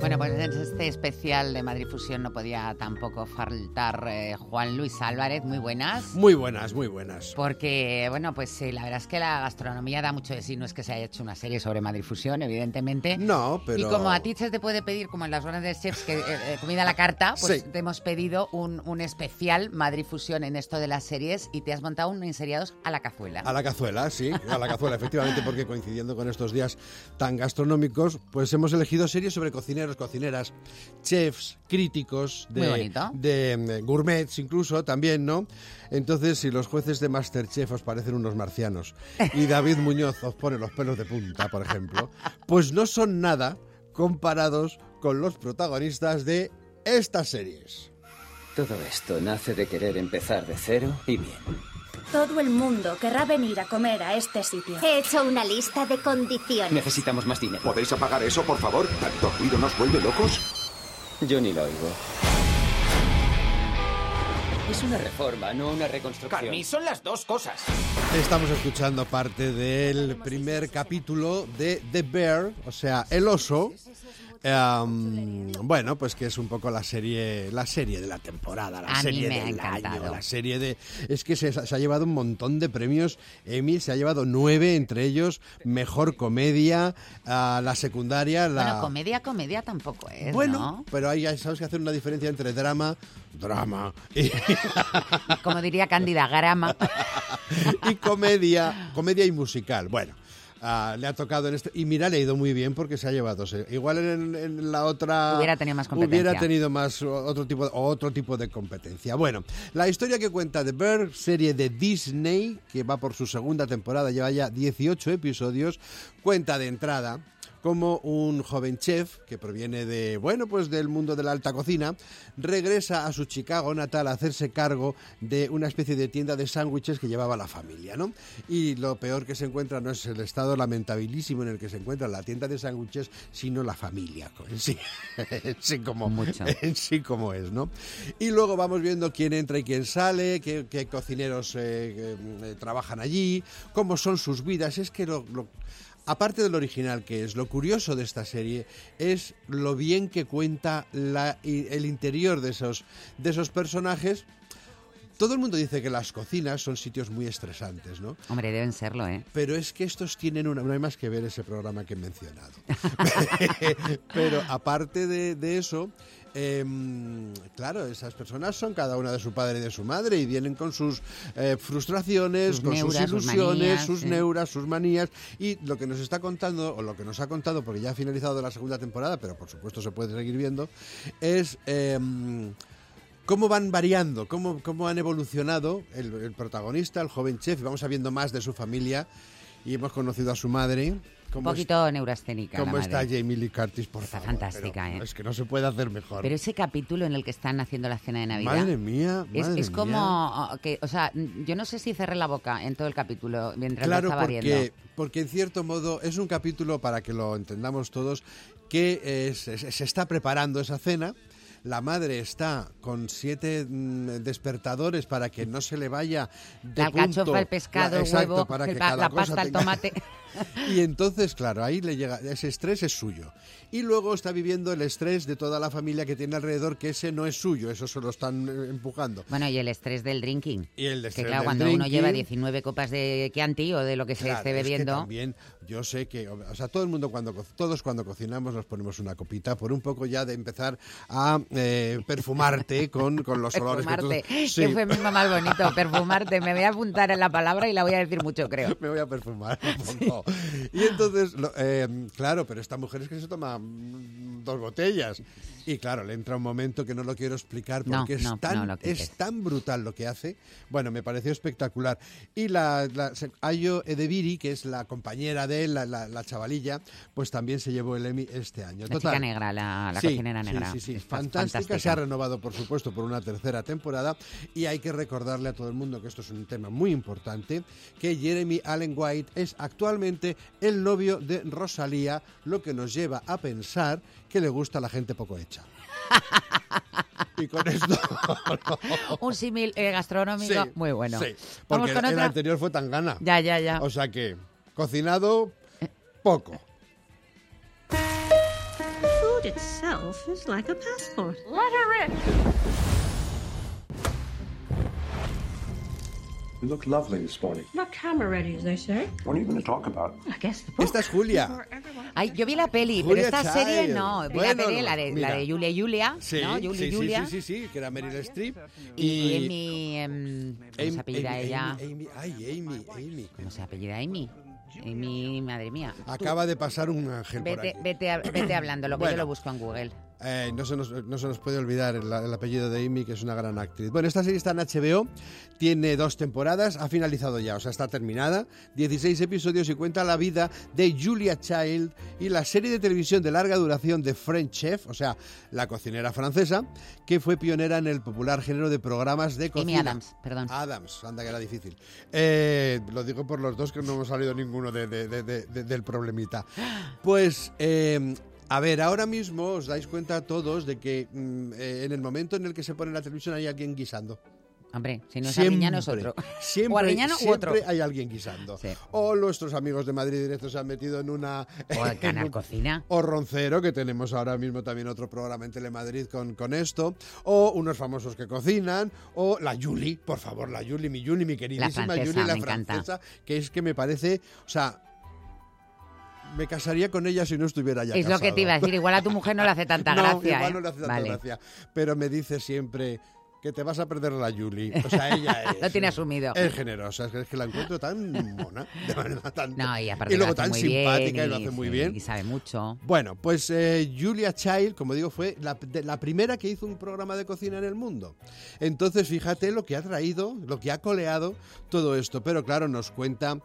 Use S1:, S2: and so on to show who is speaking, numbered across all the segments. S1: Bueno, pues en este especial de Madrid Fusión no podía tampoco faltar eh, Juan Luis Álvarez. Muy buenas.
S2: Muy buenas, muy buenas.
S1: Porque, bueno, pues eh, la verdad es que la gastronomía da mucho de sí. No es que se haya hecho una serie sobre Madrid Fusión, evidentemente.
S2: No, pero...
S1: Y como a ti se te puede pedir, como en las zonas de chefs, que, eh, eh, comida a la carta, pues
S2: Sí.
S1: te hemos pedido un, un especial Madrid Fusión en esto de las series y te has montado un enseriados a la cazuela.
S2: A la cazuela, sí, a la cazuela, efectivamente, porque coincidiendo con estos días tan gastronómicos, pues hemos elegido series sobre cocineros, cocineras, chefs, críticos,
S1: Muy
S2: de,
S1: bonito.
S2: de, mm, gourmets incluso también, ¿no? Entonces, si los jueces de Masterchef os parecen unos marcianos y David Muñoz os pone los pelos de punta, por ejemplo, pues no son nada comparados con los protagonistas de estas series.
S3: Todo esto nace de querer empezar de cero y bien.
S4: Todo el mundo querrá venir a comer a este sitio.
S5: He hecho una lista de condiciones.
S3: Necesitamos más dinero.
S6: ¿Podéis apagar eso, por favor? ¿Tanto ruido nos vuelve locos?
S3: Yo ni lo oigo. Es una reforma, no una reconstrucción.
S7: Carmi, son las dos cosas.
S2: Estamos escuchando parte del primer capítulo de The Bear, o sea, El Oso. Em, bueno, pues que es un poco la serie, la serie de la temporada, la
S1: A mí
S2: serie
S1: me ha
S2: del año,
S1: encantado.
S2: la serie de. Es que se, se ha llevado un montón de premios. Emmy se ha llevado nueve, entre ellos mejor comedia, ah, la secundaria, la.
S1: Bueno, comedia, comedia tampoco es,
S2: Bueno,
S1: ¿no?
S2: pero ahí hay- sabes que hacer una diferencia entre drama, drama y,
S1: Como diría Cándida Grama.
S2: y comedia, comedia y musical. Bueno, ah, le ha tocado en esto. Y mira, le ha ido muy bien porque se ha llevado. se- Igual en, en la otra.
S1: Hubiera tenido más competencia.
S2: Hubiera tenido más o- otro tipo, de- otro tipo de competencia. Bueno, la historia que cuenta The Bear, serie de Disney, que va por su segunda temporada, lleva ya 18 episodios, cuenta de entrada como un joven chef que proviene de, bueno, pues del mundo de la alta cocina, regresa a su Chicago natal a hacerse cargo de una especie de tienda de sándwiches que llevaba la familia, ¿no? Y lo peor que se encuentra no es el estado lamentabilísimo en el que se encuentra la tienda de sándwiches, sino la familia en sí, en sí como,
S1: Mucho.
S2: en sí como es, ¿no? Y luego vamos viendo quién entra y quién sale, qué, qué cocineros eh, eh, trabajan allí, cómo son sus vidas. Es que lo- lo- aparte del original que es, lo curioso de esta serie es lo bien que cuenta la- i- el interior de esos, de esos personajes. Todo el mundo dice que las cocinas son sitios muy estresantes, ¿no?
S1: Hombre, deben serlo, ¿eh?
S2: Pero es que estos tienen una. No hay más que ver ese programa que he mencionado. Pero aparte de, de eso, em, claro, esas personas son cada una de su padre y de su madre y vienen con sus eh, frustraciones,
S1: Sus
S2: con
S1: neuras, sus
S2: sus ilusiones,
S1: manías,
S2: sus,
S1: sí.
S2: neuras, sus manías. Y lo que nos está contando, o lo que nos ha contado, porque ya ha finalizado la segunda temporada, pero por supuesto se puede seguir viendo, es. em, cómo van variando, cómo, cómo han evolucionado el, el protagonista, el joven chef, y vamos sabiendo más de su familia y hemos conocido a su madre.
S1: Un
S2: Cómo es-
S1: poquito neurasténica.
S2: cómo
S1: la
S2: está
S1: madre.
S2: Jamie Lee Curtis, por
S1: Está
S2: favor,
S1: fantástica,
S2: pero
S1: ¿eh?
S2: Es que no se puede hacer mejor.
S1: Pero ese capítulo en el que están haciendo la cena de Navidad.
S2: madre mía,
S1: Es,
S2: madre
S1: es como
S2: mía.
S1: oh, que, o sea, n- yo no sé si cerré la boca en todo el capítulo mientras lo
S2: Claro,
S1: estaba
S2: porque,
S1: viendo.
S2: porque en cierto modo es un capítulo, para que lo entendamos todos, que eh, se, se- se está preparando esa cena. La madre está con siete mm, despertadores para que no se le vaya de
S1: La
S2: punto.
S1: alcachofa, el pescado,
S2: La-
S1: el
S2: exacto,
S1: huevo,
S2: para
S1: el
S2: que
S1: pa-
S2: cada
S1: la
S2: cosa
S1: pasta, el
S2: tenga-
S1: tomate.
S2: y entonces, claro, ahí le llega, ese estrés es suyo. Y luego está viviendo el estrés de toda la familia que tiene alrededor, que ese no es suyo, eso se lo están eh, empujando.
S1: Bueno, y el estrés del drinking.
S2: Y el
S1: que
S2: estrés
S1: claro,
S2: del
S1: cuando uno lleva
S2: drinking.
S1: 19 copas de Chianti o de lo que se
S2: Claro,
S1: esté
S2: es que
S1: bebiendo,
S2: también yo sé que, o sea, todo el mundo cuando co- todos cuando cocinamos nos ponemos una copita por un poco ya de empezar a eh, perfumarte con, con los olores que
S1: perfumarte,
S2: tú-
S1: que,
S2: Sí,
S1: fue mi mamá más bonito, perfumarte. Me voy a apuntar en la palabra y la voy a decir mucho, creo.
S2: me voy a perfumar un poco. Y entonces, lo- eh, claro, pero esta mujer es que se toma mm, dos botellas. Y claro, le entra un momento que no lo quiero explicar
S1: No,
S2: porque es,
S1: no,
S2: tan,
S1: no lo quites.
S2: es tan brutal lo que hace. Bueno, me pareció espectacular. Y la, la se- Ayo Edebiri, que es la compañera de él, la, la- la chavalilla, pues también se llevó el Emmy este año.
S1: La chica negra, la, la
S2: Sí,
S1: cocinera
S2: sí,
S1: negra.
S2: Sí, sí,
S1: Es
S2: Fantástica, Se ha renovado, por supuesto, por una tercera temporada. Y hay que recordarle a todo el mundo que esto es un tema muy importante, que Jeremy Allen White es actualmente el novio de Rosalía, lo que nos lleva a pensar que le gusta la gente poco hecha. Y con esto...
S1: Un símil eh, gastronómico
S2: Sí,
S1: muy bueno.
S2: sí,
S1: Vamos
S2: porque
S1: con
S2: el
S1: otra.
S2: anterior fue tan gana.
S1: Ya, ya, ya.
S2: O sea
S1: Eh.
S2: que, cocinado, poco.
S7: itself is like a passport.
S8: You look lovely this morning.
S7: Not camera ready, as they say.
S8: What are you going to talk about?
S7: I guess the book.
S2: Esta es Julia.
S1: Ay, yo vi la peli,
S2: Julia
S1: pero esta
S2: Child.
S1: serie no. Vi la
S2: Bueno,
S1: peli, la de,
S2: mira.
S1: la de Julia y Julia,
S2: Sí,
S1: ¿no? Julia
S2: sí,
S1: y
S2: sí,
S1: Julia.
S2: sí, sí, sí, que era Meryl Streep.
S1: Y Amy, em, ¿cómo se
S2: Amy-
S1: apellida
S2: Amy-
S1: ella?
S2: Amy- Amy- ay, Amy, Amy.
S1: ¿Cómo se apellida Amy? Amy, madre mía.
S2: Acaba de pasar un ángel por
S1: Vete,
S2: aquí.
S1: vete, a- vete hablándolo, que
S2: Bueno.
S1: yo lo busco en Google.
S2: Eh, no, se nos, no se nos puede olvidar el, el apellido de Amy, que es una gran actriz. Bueno, esta serie está en HBO, tiene dos temporadas, ha finalizado ya, o sea, está terminada. 16 episodios y cuenta la vida de Julia Child y la serie de televisión de larga duración de French Chef, o sea, la cocinera francesa, que fue pionera en el popular género de programas de
S1: Amy
S2: cocina.
S1: Adams, perdón.
S2: Adams, anda que era difícil. Eh, lo digo por los dos que no hemos salido ninguno de- de- de- de- de- del problemita. Pues, eh, a ver, ahora mismo os dais cuenta todos de que mm, eh, en el momento en el que se pone la televisión hay alguien guisando.
S1: Hombre, si no es
S2: Siempre,
S1: Arguiñano es otro.
S2: Siempre,
S1: o Arguiñano u otro.
S2: siempre hay alguien guisando.
S1: Sí.
S2: O nuestros amigos de Madrid Directo se han metido en una...
S1: O el
S2: en
S1: canal
S2: un-
S1: Cocina.
S2: o Roncero, que tenemos ahora mismo también otro programa en Telemadrid con, con esto, o unos famosos que cocinan, o la Yuli, por favor, la Yuli, mi Yuli, mi queridísima
S1: francesa,
S2: Yuli, la
S1: me encanta.
S2: francesa, que es que me parece, o sea, me casaría con ella si no estuviera ya
S1: Es lo que
S2: casado.
S1: te iba a decir, igual a tu mujer no le hace tanta
S2: no,
S1: gracia.
S2: igual
S1: ¿eh?
S2: no le hace tanta
S1: Vale.
S2: gracia, pero me dice siempre que te vas a perder la Yuli, o sea, ella es...
S1: Lo tiene asumido.
S2: Es generosa, es que- es que la encuentro tan mona, de verdad, tan-
S1: No, y aparte lo
S2: luego
S1: hace
S2: tan
S1: muy
S2: simpática
S1: bien,
S2: y lo hace muy
S1: sí,
S2: bien.
S1: Y sabe mucho.
S2: Bueno, pues eh, Julia Child, como digo, fue la, de- la primera que hizo un programa de cocina en el mundo. Entonces, fíjate lo que ha traído, lo que ha coleado todo esto. Pero claro, nos cuenta,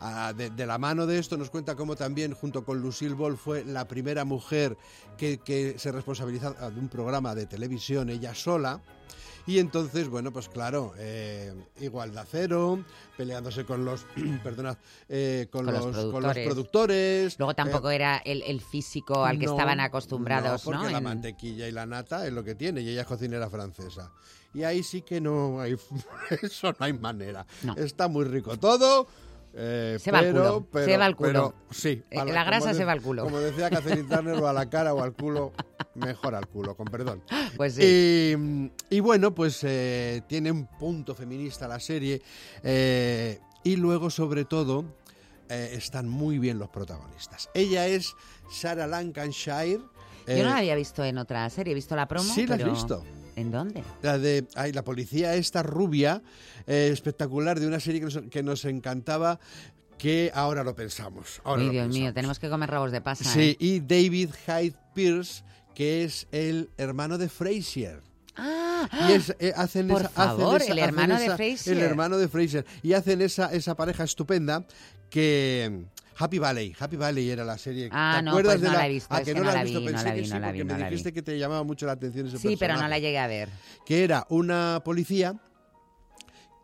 S2: ah, de, de la mano de esto, nos cuenta cómo también, junto con Lucille Ball, fue la primera mujer que, que se responsabiliza ah, de un programa de televisión ella sola. Y entonces, bueno, pues claro, eh, igualdad cero, peleándose con los, perdonad, eh, con,
S1: Con los
S2: los, con los
S1: productores.
S2: productores.
S1: Luego
S2: eh,
S1: tampoco era el, el físico al que
S2: no,
S1: estaban acostumbrados,
S2: no,
S1: ¿no?
S2: porque la
S1: En-
S2: mantequilla y la nata es lo que tiene, y ella es cocinera francesa. Y ahí sí que no hay... Eso no hay manera.
S1: No.
S2: Está muy rico todo... eh,
S1: Se va al
S2: pero-
S1: culo,
S2: pero-
S1: se va al culo.
S2: pero sí,
S1: Eh,
S2: a
S1: la grasa
S2: como
S1: se va al culo.
S2: Como decía Catherine Turner, o a la cara o al culo, mejor al culo, con perdón.
S1: Pues sí.
S2: Y, y bueno, pues eh, tiene un punto feminista la serie. eh, y luego, sobre todo, eh, están muy bien los protagonistas. Ella es Sarah Lancashire. eh,
S1: Yo no la había visto en otra serie, he visto la promo.
S2: Sí, la has
S1: pero-
S2: visto.
S1: ¿En dónde?
S2: la de ay, la policía esta rubia eh, espectacular de una serie que nos, que nos encantaba que ahora lo pensamos. Ahora
S1: Uy,
S2: lo
S1: Dios mío,
S2: pensamos.
S1: tenemos que comer rabos de pasa.
S2: Sí,
S1: ¿eh?
S2: y David Hyde Pierce, que es el hermano de Frasier.
S1: Ah,
S2: Y es- eh, hacen
S1: Por
S2: esa, hacen
S1: favor,
S2: esa-
S1: el
S2: hacen
S1: hermano de
S2: esa-
S1: Frasier.
S2: El hermano de Fraser. Y hacen esa, esa pareja estupenda que. Happy Valley, Happy Valley era la serie.
S1: Ah,
S2: ¿Te
S1: no,
S2: acuerdas
S1: pues
S2: de
S1: no la he visto,
S2: ah,
S1: es
S2: que
S1: que
S2: no
S1: no
S2: la
S1: la
S2: has
S1: vi,
S2: visto,
S1: no la
S2: pensé que
S1: vi,
S2: sí,
S1: no la vi,
S2: porque
S1: no
S2: me
S1: la vi.
S2: dijiste que te llamaba mucho la atención ese
S1: sí, pero no la
S2: personaje
S1: llegué a ver.
S2: que era una policía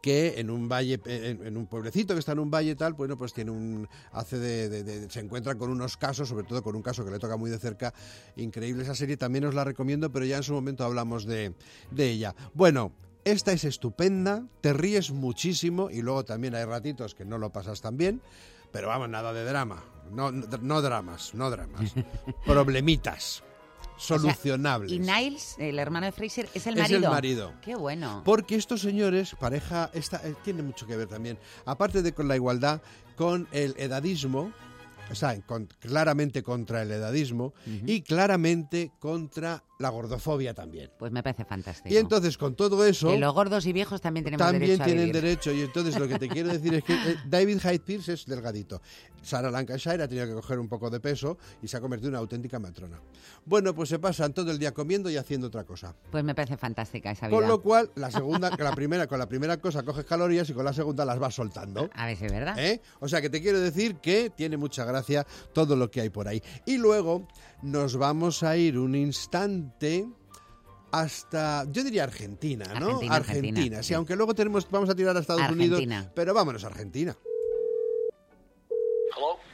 S2: que en un valle, en, en un pueblecito que está en un valle y tal, bueno, pues tiene un hace de, de- de- se encuentra con unos casos, sobre todo con un caso que le toca muy de cerca, increíble esa serie, también os la recomiendo, pero ya en su momento hablamos de, de ella. Bueno, esta es estupenda, te ríes muchísimo y luego también hay ratitos que no lo pasas tan bien, pero vamos, nada de drama, no, no dramas, no dramas, problemitas
S1: O sea,
S2: solucionables.
S1: Y Niles, el hermano de Fraser, es el
S2: Es
S1: marido.
S2: el marido. Pues
S1: Qué bueno.
S2: Porque estos señores, pareja, esta, eh, tiene mucho que ver también, aparte de con la igualdad, con el edadismo, o sea, con- claramente contra el edadismo y claramente contra la gordofobia también.
S1: Pues me parece fantástico.
S2: Y entonces con todo eso
S1: que los gordos y viejos también tenemos
S2: también
S1: derecho a
S2: tienen
S1: vivir.
S2: derecho y entonces lo que te quiero decir es que eh, David Hyde Pierce es delgadito. Sarah Lancashire ha tenido que coger un poco de peso y se ha convertido en una auténtica matrona. Bueno, pues se pasan todo el día comiendo y haciendo otra cosa.
S1: Pues me parece fantástica esa vida.
S2: Con lo cual, la segunda, la primera, con la primera cosa coges calorías y con la segunda las vas soltando.
S1: A ver si es verdad.
S2: ¿eh? O sea que te quiero decir que tiene mucha gracia todo lo que hay por ahí. Y luego nos vamos a ir un instante hasta, yo diría Argentina, ¿no?
S1: Argentina, Argentina,
S2: sí,
S1: sí.
S2: aunque luego tenemos, vamos a tirar a Estados Unidos,
S1: Argentina.
S2: pero vámonos a Argentina.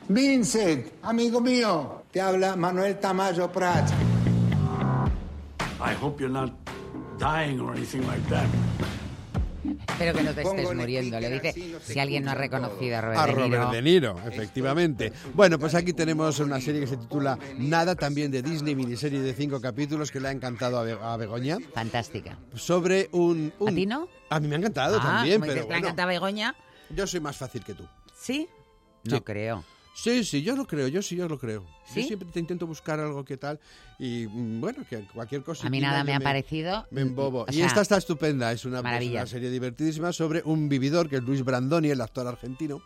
S9: Vincent, amigo mío, te habla Manuel Tamayo Prat.
S8: I hope you're not dying or anything like that.
S1: Espero que no te estés
S9: Pongo
S1: muriendo. Le
S9: speaker,
S1: dice
S9: así no se
S1: si alguien no ha
S9: escucha
S1: reconocido a Robert,
S2: A
S1: Pues De Niro.
S2: Robert De Niro, efectivamente. Bueno, pues aquí tenemos una serie que se titula Nada, también de Disney, miniserie de cinco capítulos que le ha encantado a, Be- a Begoña.
S1: Fantástica.
S2: Sobre un, un-
S1: ¿A ti no?
S2: A mí me ha encantado
S1: Ah,
S2: también,
S1: como dices
S2: pero
S1: que le
S2: bueno,
S1: encanta Begoña.
S2: yo soy más fácil que tú.
S1: ¿Sí? No
S2: Sí.
S1: creo.
S2: Sí, sí, yo lo creo, yo sí, yo lo creo.
S1: ¿Sí?
S2: Yo siempre te intento buscar algo que tal y mm, bueno, que cualquier cosa.
S1: A mí nada me ha parecido.
S2: Me embobo.
S1: O
S2: y
S1: sea,
S2: esta está estupenda, es una, es
S1: maravilla.
S2: una serie divertidísima sobre un vividor que es Luis Brandoni, el actor argentino,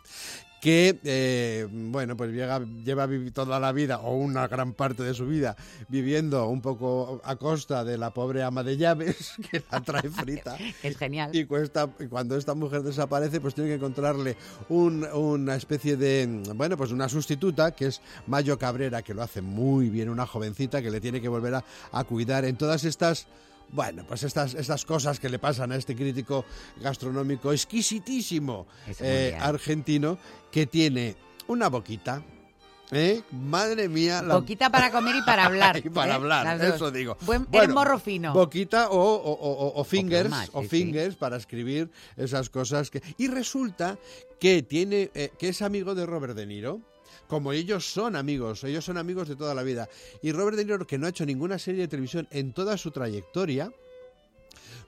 S2: que, eh, bueno, pues llega- lleva vivi- toda la vida o una gran parte de su vida viviendo un poco a costa de la pobre ama de llaves que la trae frita.
S1: Es genial.
S2: Y, cuesta- y cuando esta mujer desaparece, pues tiene que encontrarle un- una especie de, mm, bueno, pues una sustituta, que es Mayo Cabrera, que lo hace muy bien, una jovencita que le tiene que volver a, a cuidar en todas estas... Bueno, pues estas, estas cosas que le pasan a este crítico gastronómico exquisitísimo eh,
S1: Es muy bien.
S2: argentino que tiene una boquita, ¿eh? Madre mía, la,
S1: Boquita para comer y para hablar.
S2: y para
S1: ¿eh?
S2: hablar,
S1: Las dos.
S2: eso digo.
S1: Buen, eres
S2: Bueno,
S1: morro fino.
S2: Boquita o, o- o- o- o fingers, o,
S1: plumas, sí, sí.
S2: fingers para escribir esas cosas. que Y resulta que, tiene, eh, que es amigo de Robert De Niro. Como ellos son amigos, ellos son amigos de toda la vida. Y Robert De Niro, que no ha hecho ninguna serie de televisión en toda su trayectoria,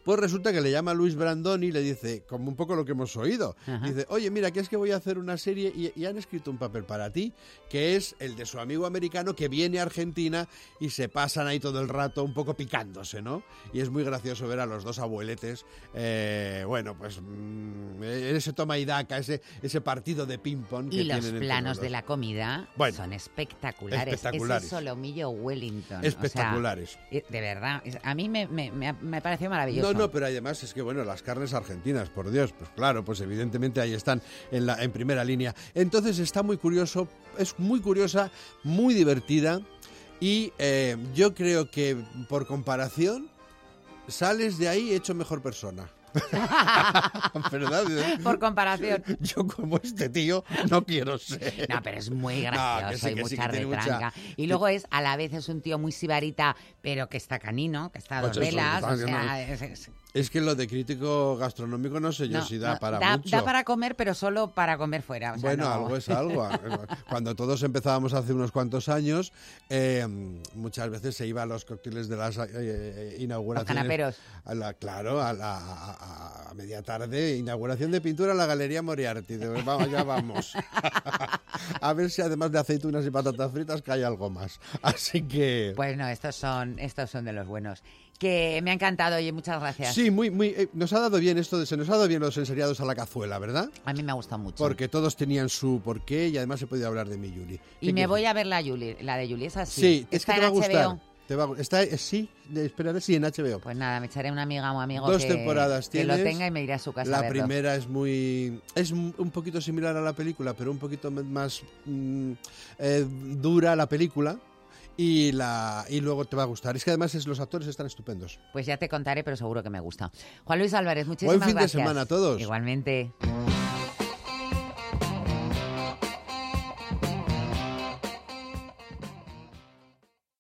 S2: pues resulta que le llama Luis Brandoni y le dice, como un poco lo que hemos oído,
S1: Ajá.
S2: dice, oye, mira, que es que voy a hacer una serie y, y han escrito un papel para ti, que es el de su amigo americano que viene a Argentina y se pasan ahí todo el rato un poco picándose, ¿no? Y es muy gracioso ver a los dos abueletes, eh, bueno, pues mm, ese toma y daca, ese, ese partido de ping-pong que
S1: Y los
S2: tienen entre
S1: planos
S2: los
S1: de
S2: dos.
S1: la comida
S2: Bueno,
S1: son espectaculares.
S2: espectaculares.
S1: Ese solomillo Wellington. o sea,
S2: Espectaculares.
S1: eh, de verdad. es- A mí me, me, me, ha- me pareció
S2: No,
S1: maravilloso.
S2: no, pero además es que, bueno, las carnes argentinas, por Dios, pues claro, pues evidentemente ahí están en, la, en primera línea. Entonces está muy curioso, es muy curiosa, muy divertida y eh, yo creo que por comparación sales de ahí hecho mejor persona. ¿Verdad?
S1: Por comparación.
S2: Yo como este tío no quiero ser.
S1: No, pero es muy
S2: No,
S1: gracioso
S2: que sí,
S1: y
S2: que sí,
S1: mucha
S2: que tiene mucha-
S1: retranca. Y luego es, a la vez es un tío muy sibarita, pero que está canino, que está a dos
S2: Ocho, eso,
S1: velas.
S2: está
S1: o sea,
S2: haciendo-
S1: es- es-
S2: Es que lo de crítico gastronómico no sé yo
S1: no,
S2: si da
S1: no,
S2: para mucho.
S1: da para comer, pero solo para comer fuera. o sea,
S2: Bueno,
S1: no-
S2: algo es algo. Cuando todos empezábamos hace unos cuantos años, eh, muchas veces se iba a los cócteles de las eh, eh, inauguraciones.
S1: Los canaperos.
S2: A la- claro, a, la, a- a- a media tarde, inauguración de pintura en la Galería Moriarty. De- Vamos, ya vamos. a ver si además de aceitunas y patatas fritas que hay algo más. Así que...
S1: Pues no, estos son, estos son de los buenos. Que me ha encantado, oye, muchas gracias.
S2: Sí, muy, muy. eh, nos ha dado bien esto, de- se nos ha dado bien los enseriados a la cazuela, ¿verdad?
S1: A mí me ha gustado mucho.
S2: Porque todos tenían su porqué y además he podido hablar de mi Yuli.
S1: Y me
S2: voy
S1: voy a ver la, Yuli, la de Julie, es así.
S2: Sí, es
S1: Está
S2: que te va a
S1: en HBO.
S2: gustar. Te va a gu- está, eh, sí, de- espérate, sí, en HBO.
S1: Pues nada, me echaré una amiga o amigo
S2: Dos
S1: que,
S2: temporadas
S1: que
S2: tienes.
S1: lo tenga y me iré a su casa. a
S2: La
S1: verlo.
S2: primera es muy. Es m- un poquito similar a la película, pero un poquito me- más mm, eh, dura la película. Y, la, y luego te va a gustar. Es que además es, los actores están estupendos.
S1: Pues ya te contaré, pero seguro que me gusta. Juan Luis Álvarez, muchísimas
S2: fin de
S1: gracias.
S2: semana a todos.
S1: Igualmente.